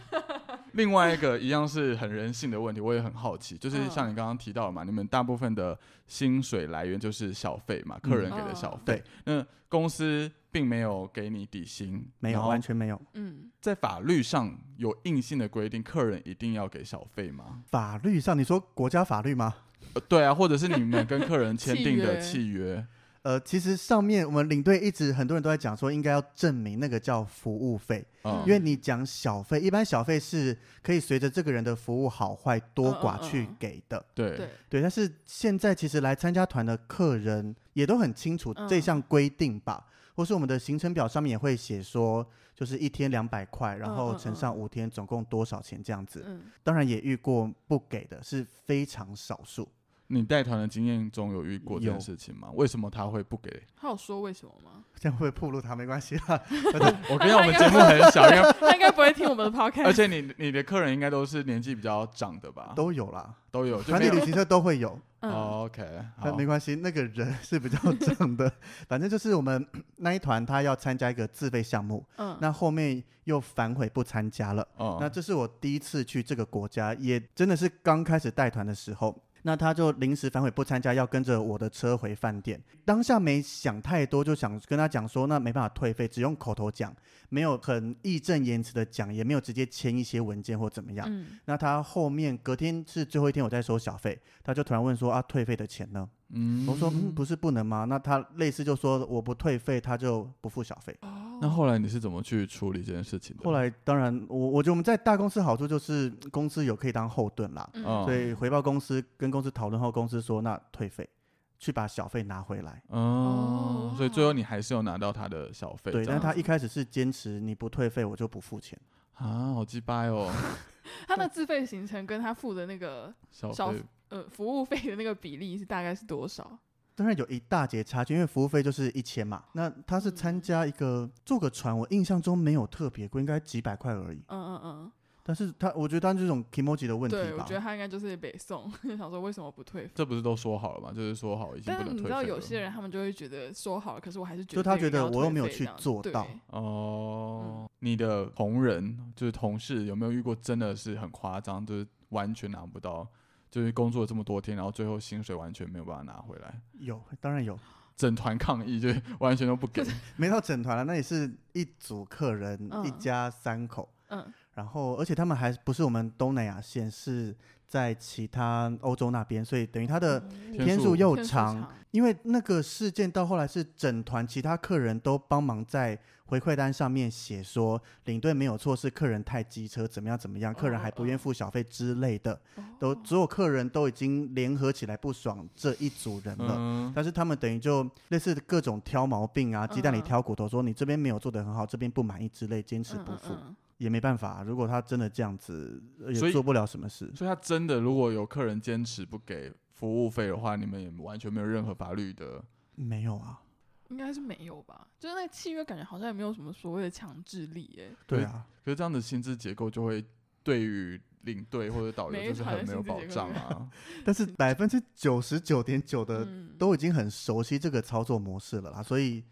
Speaker 1: 另外一个一样是很人性的问题，我也很好奇，就是
Speaker 2: 嗯
Speaker 1: 像你刚刚提到嘛，你们大部分的薪水来源就是小费嘛，
Speaker 3: 嗯
Speaker 1: 客人给的小
Speaker 3: 哦
Speaker 1: 费。那公司并没有给你底薪，
Speaker 3: 没有，
Speaker 1: 然后
Speaker 3: 完全没有。
Speaker 2: 嗯，
Speaker 1: 在法律上有硬性的规定，客人一定要给小费吗？
Speaker 3: 法律上，你说国家法律吗？
Speaker 1: 呃对啊，或者是你们跟客人签订的
Speaker 2: 契
Speaker 1: 契约，
Speaker 3: 呃，其实上面我们领队一直很多人都在讲说，应该要证明那个叫服务费，
Speaker 1: 嗯
Speaker 3: 因为你讲小费，一般小费是可以随着这个人的服务好坏多寡
Speaker 2: 嗯
Speaker 3: 去
Speaker 2: 嗯嗯
Speaker 3: 给的。
Speaker 1: 对
Speaker 2: 对，
Speaker 3: 对，但是现在其实来参加团的客人也都很清楚
Speaker 2: 嗯
Speaker 3: 这项规定吧，或是我们的行程表上面也会写说，就是一天两百块，然后乘上五天，总共多少钱这样子。
Speaker 2: 嗯，
Speaker 3: 当然也遇过不给的，是非常少数。
Speaker 1: 你带团的经验中有遇过这件
Speaker 3: 有
Speaker 1: 事情吗？为什么他会不 给？
Speaker 2: 他有说为什么吗？
Speaker 3: 这样会不会暴露他？没关系啦，
Speaker 1: 我跟你讲，我们节目很小，因为
Speaker 2: 他应该不会听我们的 podcast，
Speaker 1: 而且你你的客人应该都是年纪比较长的吧？
Speaker 3: 都有啦，
Speaker 1: 都有，啊就
Speaker 3: 团
Speaker 1: 没
Speaker 3: 体
Speaker 1: 有
Speaker 3: 旅。行社都会有。
Speaker 2: 嗯、
Speaker 1: 哦 OK，
Speaker 3: 但
Speaker 1: 好
Speaker 3: 没，关系，那个人是比较 正的。反正就是我们 那一团，他要参加一个自费项目，
Speaker 2: 嗯，
Speaker 3: 那后面又反悔不参加了。
Speaker 1: 哦
Speaker 3: 那这是我第一次去这个国家，也真的是刚开始带团的时候。那他就临时反悔不参加，要跟着我的车回饭店。当下没想太多，就想跟他讲说，那没办法退费，只用口头讲，没有很义正言辞的讲，也没有直接签一些文件或怎么样。
Speaker 2: 嗯
Speaker 3: 那他后面隔天是最后一天，我在收小费，他就突然问说啊，退费的钱呢？
Speaker 1: 嗯
Speaker 3: 我说、嗯、不是不能吗？那他类似就说我不退费，他就不付小费。
Speaker 2: 哦，
Speaker 1: 那后来你是怎么去处理这件事情的？
Speaker 3: 后来当然，我我觉得我们在大公司好处就是公司有可以当后盾啦，
Speaker 2: 嗯
Speaker 1: 哦
Speaker 3: 所以回报公司跟公司讨论后，公司说那退费，去把小费拿回来。
Speaker 1: 哦
Speaker 2: 哦，
Speaker 1: 所以最后你还是有拿到他的小费这
Speaker 3: 对，
Speaker 1: 样子，
Speaker 3: 但
Speaker 2: 是
Speaker 3: 他一开始是坚持你不退费我就不付钱，
Speaker 1: 啊，好鸡掰哦，
Speaker 2: 他的自费行程跟他付的那个
Speaker 3: 哦
Speaker 1: 小
Speaker 2: 小
Speaker 1: 费
Speaker 2: 呃服务费的那个比例是大概是多少？
Speaker 3: 当然有一大截差距，因为服务费就是一千嘛。那他是参加一个坐个船，我印象中没有特别贵，应该几百块而已。
Speaker 2: 嗯嗯嗯，
Speaker 3: 但是他我觉得他这种 k i m o j i 的问题
Speaker 2: 对，我
Speaker 3: 吧
Speaker 2: 觉，得他应该就是北宋，就 想说为什么不退费？
Speaker 1: 这不是都说好了吗？就是说好已经
Speaker 2: 但
Speaker 1: 不能
Speaker 2: 是啊你
Speaker 1: 退
Speaker 2: 知
Speaker 1: 费
Speaker 2: 道，
Speaker 1: 了。
Speaker 2: 有些人他们就会觉得说好了，可是我还是觉
Speaker 3: 嗯就
Speaker 2: 得
Speaker 3: 他
Speaker 2: 这个
Speaker 3: 觉得
Speaker 2: 要
Speaker 3: 我
Speaker 2: 退
Speaker 3: 又没有
Speaker 2: 费
Speaker 3: 去
Speaker 2: 这样子
Speaker 3: 做
Speaker 2: 对
Speaker 3: 到
Speaker 1: 哦
Speaker 2: 嗯，
Speaker 1: 你的同仁就是同事有没有遇过真的是很夸张，就是完全拿不到，就是工作这么多天，然后最后薪水完全没有办法拿回来，
Speaker 3: 有当然有，
Speaker 1: 整团抗议， 就是完全都不 给。
Speaker 3: 没到整团了，那也是一组客人，
Speaker 2: 嗯
Speaker 3: 一家三口。
Speaker 2: 嗯
Speaker 3: 然后，而且他们还不是我们东南亚线，是在其他欧洲那边，所以等于他的
Speaker 2: 嗯
Speaker 1: 天
Speaker 3: 天
Speaker 1: 数
Speaker 3: 数呃又
Speaker 2: 天数
Speaker 3: 长。因为那个事件到后来是整团其他客人都帮忙在回馈单上面写说领队没有错，是客人太机车，怎么样怎么样，客人还不愿付小费之类的，
Speaker 2: 哦
Speaker 3: 都所有客人都已经联合起来不爽这一组人了。
Speaker 1: 嗯，
Speaker 3: 但是他们等于就类似各种挑毛病啊，鸡蛋里
Speaker 2: 嗯嗯
Speaker 3: 挑骨头，说你这边没有做得很好，这边不满意之类，坚持
Speaker 2: 嗯
Speaker 3: 不
Speaker 2: 嗯
Speaker 3: 付。
Speaker 2: 嗯，
Speaker 3: 也没办法，如果他真的这样子，呃
Speaker 1: 所以
Speaker 3: 也做不了什么事。
Speaker 1: 所以他真的如果有客人坚持不给服务费的话，你们也完全没有任何法律的。
Speaker 3: 没有啊，
Speaker 2: 应该是没有吧？就是那个契约感觉好像也没有什么所谓的强制力耶、
Speaker 1: 对
Speaker 3: 对啊，
Speaker 1: 可是这样的薪资结构就会对于领队或者导游
Speaker 2: 每一
Speaker 1: 就是
Speaker 2: 团
Speaker 1: 很没
Speaker 2: 的
Speaker 1: 有
Speaker 2: 薪资
Speaker 1: 保
Speaker 2: 结构
Speaker 1: 障
Speaker 2: 都
Speaker 1: 啊。
Speaker 3: 但是百分之九十九点九的
Speaker 2: 嗯，
Speaker 3: 都已经很熟悉这个操作模式了啦，所以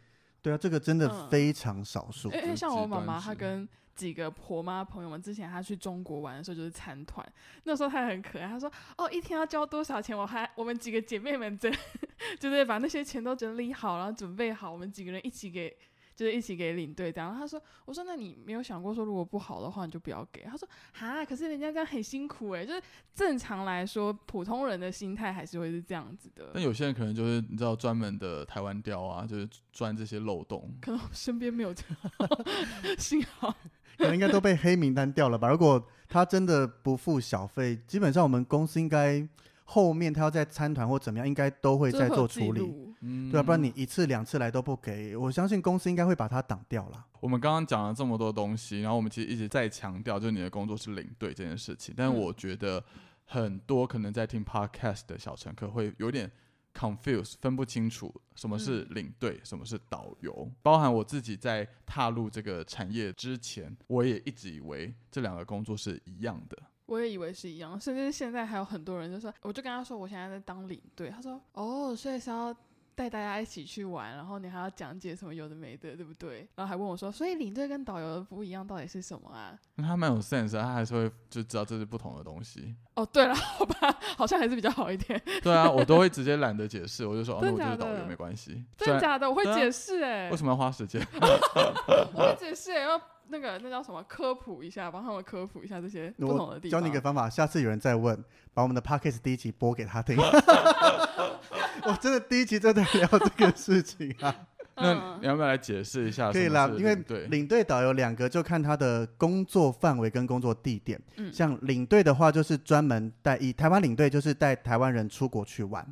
Speaker 3: 对啊，这个真的
Speaker 2: 嗯
Speaker 3: 非常少数。
Speaker 2: 因为因
Speaker 1: 就
Speaker 2: 为
Speaker 1: 是
Speaker 2: 像
Speaker 1: 极
Speaker 2: 我妈
Speaker 1: 端
Speaker 2: 妈，她
Speaker 1: 值
Speaker 2: 跟几个婆妈朋友们，之前她去中国玩的时候就是参团，那时候她很可爱，她说：“哦，一天要交多少钱？我还我们几个姐妹们整， 就是把那些钱都整理好，然后准备好，我们几个人一起给。”就是一起给领队这样，然后她说：“我说那你没有想过说如果不好的话你就不要给。”她说：“哈，可是人家这样很辛苦诶、就是正常来说普通人的心态还是会是这样子的。
Speaker 1: 但有些人可能就是你知道专门的台湾雕啊，就是钻这些漏洞。
Speaker 2: 可能我身边没有这样， 幸好
Speaker 3: 可能应该都被黑名单掉了吧？如果他真的不付小费，基本上我们公司应该后面他要再参团或怎么样，应该都会
Speaker 2: 就
Speaker 3: 再
Speaker 2: 是会有
Speaker 3: 做
Speaker 2: 记
Speaker 3: 处理，
Speaker 2: 录。
Speaker 1: 嗯，
Speaker 3: 对啊，不然你一次两次来都不给，我相信公司应该会把它挡掉啦。
Speaker 1: 我们刚刚讲了这么多东西，然后我们其实一直在强调，就是你的工作是领队这件事情。但
Speaker 2: 嗯
Speaker 1: 我觉得很多可能在听 podcast 的小乘客会有点 confuse，分不清楚什么是
Speaker 2: 嗯
Speaker 1: 领队，什么是导游。包含我自己在踏入这个产业之前，我也一直以为这两个工作是一样的。
Speaker 2: 我也以为是一样，甚至现在还有很多人就说，我就跟他说我现在在当领队，他说哦，所以是要带大家一起去玩，然后你还要讲解什么有的没的，对不对？然后还问我说，所以领队跟导游不一样到底是什么啊？
Speaker 1: 那他蛮有 sense，的他还是会就知道这是不同的东西。
Speaker 2: 哦，对了，好吧，好像还是比较好一点，
Speaker 1: 对啊，我都会直接懒得解释，我就说哦，那我就是
Speaker 2: 真假
Speaker 1: 导
Speaker 2: 的
Speaker 1: 游没关系。虽
Speaker 2: 真的
Speaker 1: 然
Speaker 2: 假的？我会
Speaker 1: 对啊
Speaker 2: 解释哎、
Speaker 1: 为什么要花时间？
Speaker 2: 我会解释、欸，要那个那叫什么科普一下，帮他们科普一下这些不同的地
Speaker 3: 教
Speaker 2: 方。
Speaker 3: 你一个方法，下次有人再问，把我们的 podcast 第一集播给他 听。我真的第一集正在聊这个事情啊，
Speaker 1: 那
Speaker 2: 嗯
Speaker 1: 你要不要来解释一下什么
Speaker 3: 可以
Speaker 1: 是领队？
Speaker 3: 啦，因为
Speaker 1: 对，
Speaker 3: 领队导游两个就看他的工作范围跟工作地点。
Speaker 2: 嗯
Speaker 3: 像领队的话，就是专门带以台湾领队就是带台湾人出国去玩，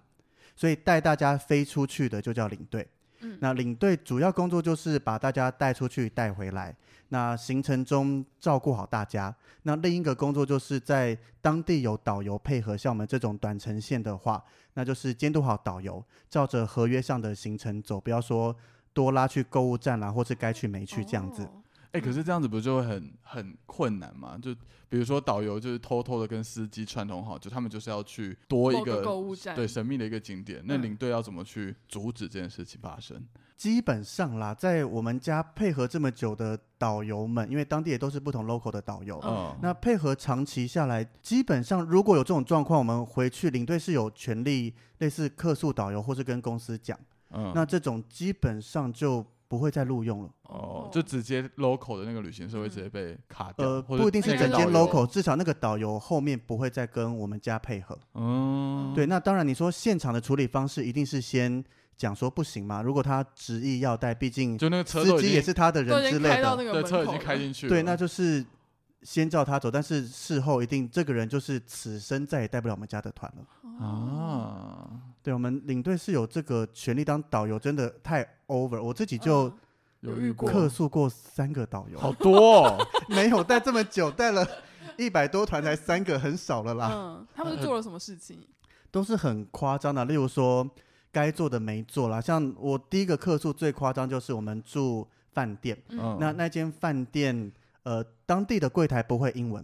Speaker 3: 所以带大家飞出去的就叫领队。
Speaker 2: 嗯
Speaker 3: 那领队主要工作就是把大家带出去带回来，那行程中照顾好大家。那另一个工作就是在当地有导游配合，像我们这种短程线的话，那就是监督好导游，照着合约上的行程走，不要说多拉去购物站啦，或是该去没去这样子。
Speaker 2: 哦
Speaker 1: 哎、可是这样子不就会很很困难吗？就比如说导游就是偷偷的跟司机串通好，就他们就是要去多一
Speaker 2: 某个购
Speaker 1: 个
Speaker 2: 物站，
Speaker 1: 对神秘的一个景点，那
Speaker 2: 嗯
Speaker 1: 领队要怎么去阻止这件事情发生？
Speaker 3: 基本上啦，在我们家配合这么久的导游们，因为当地也都是不同 local 的导游，
Speaker 1: 嗯
Speaker 2: 嗯，
Speaker 3: 那配合长期下来，基本上如果有这种状况，我们回去领队是有权利类似客诉导游或是跟公司讲，
Speaker 1: 嗯
Speaker 3: 那这种基本上就不会再录用了。
Speaker 1: 哦，就直接 local 的那个旅行社会直
Speaker 2: 嗯
Speaker 1: 接被卡掉，
Speaker 3: 呃，
Speaker 1: 或者
Speaker 3: 不一定是
Speaker 1: 那个
Speaker 3: 整
Speaker 1: 导
Speaker 3: 间
Speaker 1: 游
Speaker 3: local，至少那个导游后面不会再跟我们家配合。
Speaker 1: 嗯，
Speaker 3: 对，那当然你说现场的处理方式一定是先讲说不行嘛，如果他执意要带，毕竟
Speaker 1: 就那个车
Speaker 3: 司
Speaker 1: 都已
Speaker 3: 机也
Speaker 1: 经
Speaker 3: 是他的
Speaker 2: 都
Speaker 3: 人
Speaker 2: 已
Speaker 3: 之
Speaker 2: 经
Speaker 3: 类
Speaker 2: 开
Speaker 3: 的
Speaker 2: 到那，个
Speaker 1: 对
Speaker 2: 门口
Speaker 1: 车
Speaker 2: 了，
Speaker 1: 已经开进去了，
Speaker 3: 对，那就是先叫他走，但是事后一定这个人就是此生再也带不了我们家的团了。
Speaker 2: 哦
Speaker 1: 啊，
Speaker 3: 对我们领队是有这个权利当导游，真的太 over。我自己就
Speaker 2: 嗯
Speaker 1: 有
Speaker 2: 有
Speaker 1: 遇
Speaker 2: 遇
Speaker 1: 过
Speaker 2: 过嗯
Speaker 3: 客诉过三个导游，
Speaker 1: 好多、哦。
Speaker 3: 没有带这么久，带了一百多团才三个，很少了啦。
Speaker 2: 嗯，他们是做了什么事情？
Speaker 3: 都是很夸张的，例如说该做的没做啦。像我第一个客诉最夸张就是我们住饭店，
Speaker 1: 嗯
Speaker 3: 那那间饭店呃当地的柜台不会英文，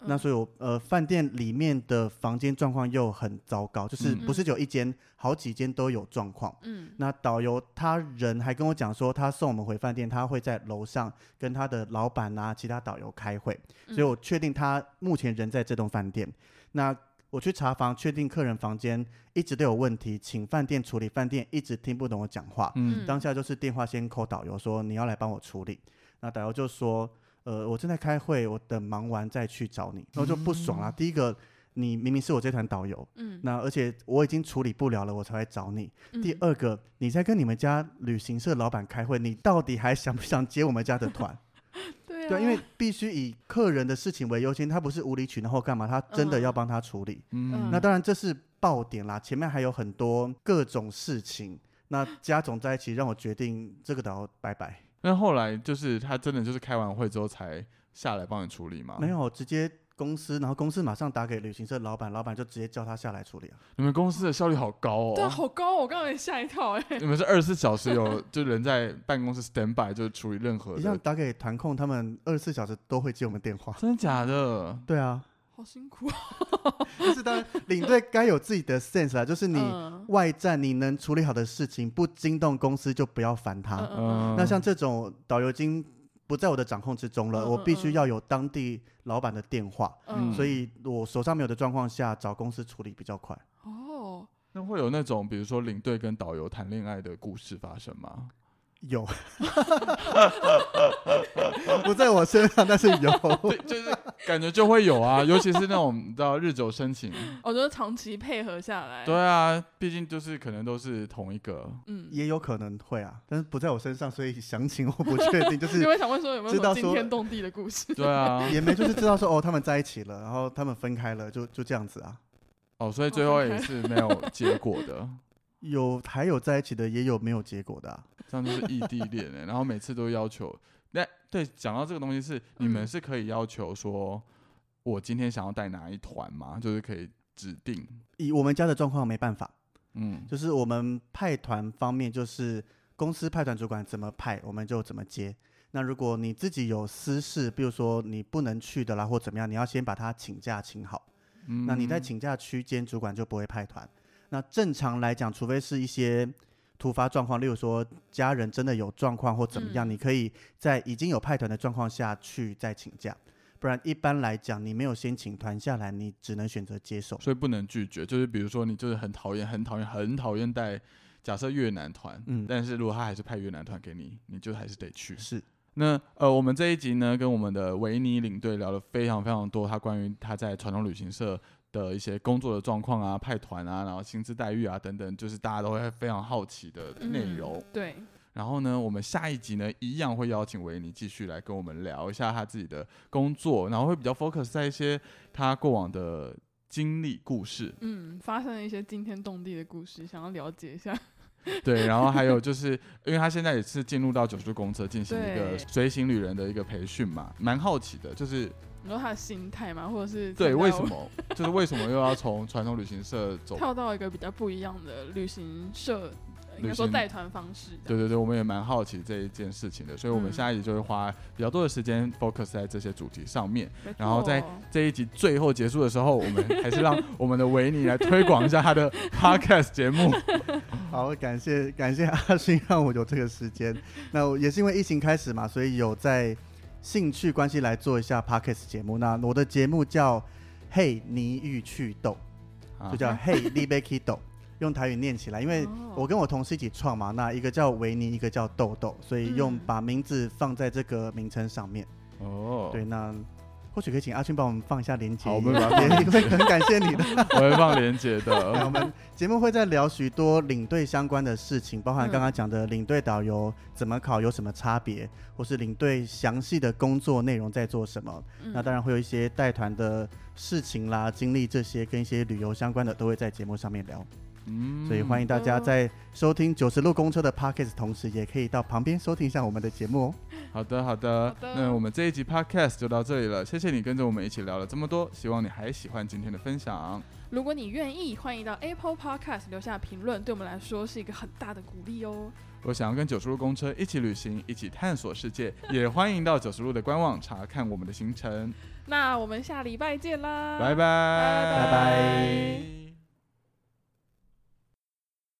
Speaker 2: 嗯
Speaker 3: 那所以我呃饭店里面的房间状况又很糟糕，就是
Speaker 1: 嗯
Speaker 3: 不是只有一间，好几间都有状况。
Speaker 2: 嗯
Speaker 3: 那导游他人还跟我讲说，他送我们回饭店，他会在楼上跟他的老板啊、其他导游开会，所以我确定他目前人在这栋饭店。那我去查房，确定客人房间一直都有问题，请饭店处理，饭店一直听不懂我讲话。
Speaker 1: 嗯
Speaker 2: 嗯
Speaker 3: 当下就是电话先 call 导游说你要来帮我处理，那导游就说，呃，我正在开会，我等忙完再去找你，然后就不爽啦。第一个，你明明是我这团导游，
Speaker 2: 嗯，
Speaker 3: 那而且我已经处理不了了，我才会找你。
Speaker 2: 嗯
Speaker 3: 第二个，你在跟你们家旅行社老板开会，你到底还想不想接我们家的
Speaker 2: 啊
Speaker 3: 团？
Speaker 2: 对
Speaker 3: 对，因为必须以客人的事情为优先，他不是无理取闹或干嘛，他真的要
Speaker 2: 嗯
Speaker 3: 帮他处理。
Speaker 1: 嗯，
Speaker 3: 那当然这是爆点啦，前面还有很多各种事情。那加总在一起，让我决定这个导游拜拜。
Speaker 1: 那后来就是他真的就是开完会之后才下来帮你处理
Speaker 2: 哦
Speaker 1: 吗？
Speaker 3: 没，有，直接公司，然后公司马上打给旅行社老板，老板就直接叫他下来处理啊。
Speaker 1: 你们公司的效率好高哦。
Speaker 2: 对啊，好高哦，我刚刚也吓一跳哎。
Speaker 1: 你们是二十四小时有就人在办公室 stand by，就是处理任何
Speaker 3: 你像
Speaker 1: 的，
Speaker 3: 打给团控，他们二十四小时都会接我们电话。
Speaker 1: 真的假的？
Speaker 3: 对啊，
Speaker 2: 好辛苦。
Speaker 3: 但是当然，领队该有自己的 sense 啊，就是你
Speaker 2: 嗯
Speaker 3: 外战你能处理好的事情，不惊动公司就不要烦他。
Speaker 2: 嗯
Speaker 1: 嗯，
Speaker 3: 那像这种导游已经不在我的掌控之中了，
Speaker 2: 嗯
Speaker 3: 我必须
Speaker 2: 嗯嗯
Speaker 3: 要有当地老板的电话，
Speaker 1: 嗯
Speaker 3: 所以我手上没有的状况下，找公司处理比较快。
Speaker 2: 哦，
Speaker 1: 那会有那种比如说领队跟导游谈恋爱的故事发生吗？
Speaker 3: 有， 不在我身上，但是有。
Speaker 1: 对，就是感觉就会有啊，尤其是那种你知道日久生 情，
Speaker 2: 我觉得哦长期配合下来，
Speaker 1: 对，啊，毕竟就是可能都是同一个，
Speaker 2: 嗯，
Speaker 3: 也有可能会啊，但是不在我身上，所以详情我不确定。就
Speaker 2: 你
Speaker 3: 是
Speaker 2: 会想问说有没有
Speaker 3: 知
Speaker 2: 什
Speaker 3: 道
Speaker 2: 么
Speaker 3: 说
Speaker 2: 惊天动地的故 事？
Speaker 1: 对 啊，
Speaker 3: 也没就是知道说哦，他们在一起了，然后他们分开了，就就这样子啊。
Speaker 1: 哦，所以最后也是没有结果的，
Speaker 3: 有还有在一起的，也有没有结果的、啊。
Speaker 1: 这样就是异地恋、欸，然后每次都要求，那对，讲到这个东西是你们
Speaker 2: 嗯
Speaker 1: 是可以要求说，我今天想要带哪一团吗？就是可以指定，
Speaker 3: 以我们家的状况没办法，
Speaker 1: 嗯，
Speaker 3: 就是我们派团方面，就是公司派团主管怎么派，我们就怎么接。那如果你自己有私事，比如说你不能去的啦，或怎么样，你要先把他请假请好。
Speaker 1: 嗯
Speaker 3: 那你在请假区间，主管就不会派团。那正常来讲，除非是一些突发状况，例如说家人真的有状况或怎么样，
Speaker 2: 嗯
Speaker 3: 你可以在已经有派团的状况下去再请假。不然一般来讲，你没有先请团下来，你只能选择接受。
Speaker 1: 所以不能拒绝，就是比如说你就是很讨厌、很讨厌、很讨厌带，假设越南团，
Speaker 3: 嗯
Speaker 1: 但是如果他还是派越南团给你，你就还是得去。
Speaker 3: 是，
Speaker 1: 那呃，我们这一集呢，跟我们的维尼领队聊了非常非常多，他关于他在传统旅行社的一些工作的状况啊、派团啊，然后薪资待遇啊等等，就是大家都会非常好奇的内容。
Speaker 2: 嗯对，
Speaker 1: 然后呢，我们下一集呢，一样会邀请维尼继续来跟我们聊一下他自己的工作，然后会比较 focus 在一些他过往的经历故事。
Speaker 2: 嗯，发生了一些惊天动地的故事，想要了解一下。
Speaker 1: 对，然后还有就是，因为他现在也是进入到九叔公车进行一个
Speaker 2: 对
Speaker 1: 随行旅人的一个培训嘛，蛮好奇的，就是
Speaker 2: 你说他的心态嘛，或者是
Speaker 1: 对
Speaker 2: 参加
Speaker 1: 为什么，就是为什么又要从传统旅行社走？
Speaker 2: 跳到一个比较不一样的旅行社，呃应
Speaker 1: 旅
Speaker 2: 该说
Speaker 1: 行
Speaker 2: 带团方式这
Speaker 1: 对
Speaker 2: 样。
Speaker 1: 对对，我们也蛮好奇这一件事情的，所以我们
Speaker 2: 嗯
Speaker 1: 下一集就会花比较多的时间 focus 在这些主题上面。
Speaker 2: 没
Speaker 1: 然后再
Speaker 2: 错哦
Speaker 1: 这一集最后结束的时候，我 们还是让我们的维尼来推广一下他的 podcast 节 目。
Speaker 3: 好，感谢感谢阿勋让我有这个时间。那我也是因为疫情开始嘛，所以有在兴趣关系来做一下 podcast 节目。那我的节目叫《嘿你欲祛痘》，
Speaker 1: 啊
Speaker 3: 就叫《 嘿 l i b e k i d o 用台语念起来，因为
Speaker 2: 哦
Speaker 3: 我跟我同事一起创嘛，那一个叫维尼，一个叫豆豆，所以用
Speaker 2: 嗯
Speaker 3: 把名字放在这个名称上面。
Speaker 1: 哦，
Speaker 3: 对，那或许可以请阿勋帮我们放一下连接，
Speaker 1: 好我们 把它
Speaker 3: 也
Speaker 1: 放
Speaker 3: 也会很感谢你的。
Speaker 1: 我会放连接
Speaker 3: 那我
Speaker 1: 的。
Speaker 3: 们节目会在聊许多领队相关的事情，包含
Speaker 2: 嗯
Speaker 3: 刚刚讲的领队导游怎么考有什么差别，或是领队详细的工作内容在做什么。
Speaker 2: 嗯
Speaker 3: 那当然会有一些带团的事情啦、经历这些跟一些旅游相关的都会在节目上面聊。
Speaker 1: 嗯
Speaker 3: 所以欢迎大家
Speaker 2: 哦
Speaker 3: 在收听九十路公车的 Pockets 同时，也可以到旁边收听一下我们的节目哦。
Speaker 1: 好的，好的，
Speaker 2: 好的
Speaker 1: 那我们这一集 podcast 就到这里了，谢谢你跟着我们一起聊了这么多，希望你还喜欢今天的分享。
Speaker 2: 如果你愿意，欢迎到 Apple Podcast 留下评论，对我们来说是一个很大的鼓励哦。
Speaker 1: 我想要跟九十路公车一起旅行，一起探索世界，也欢迎到九十路的官网查看我们的行程。
Speaker 2: 那我们下礼拜见啦，
Speaker 1: 拜拜，
Speaker 2: 拜
Speaker 3: 拜
Speaker 1: 拜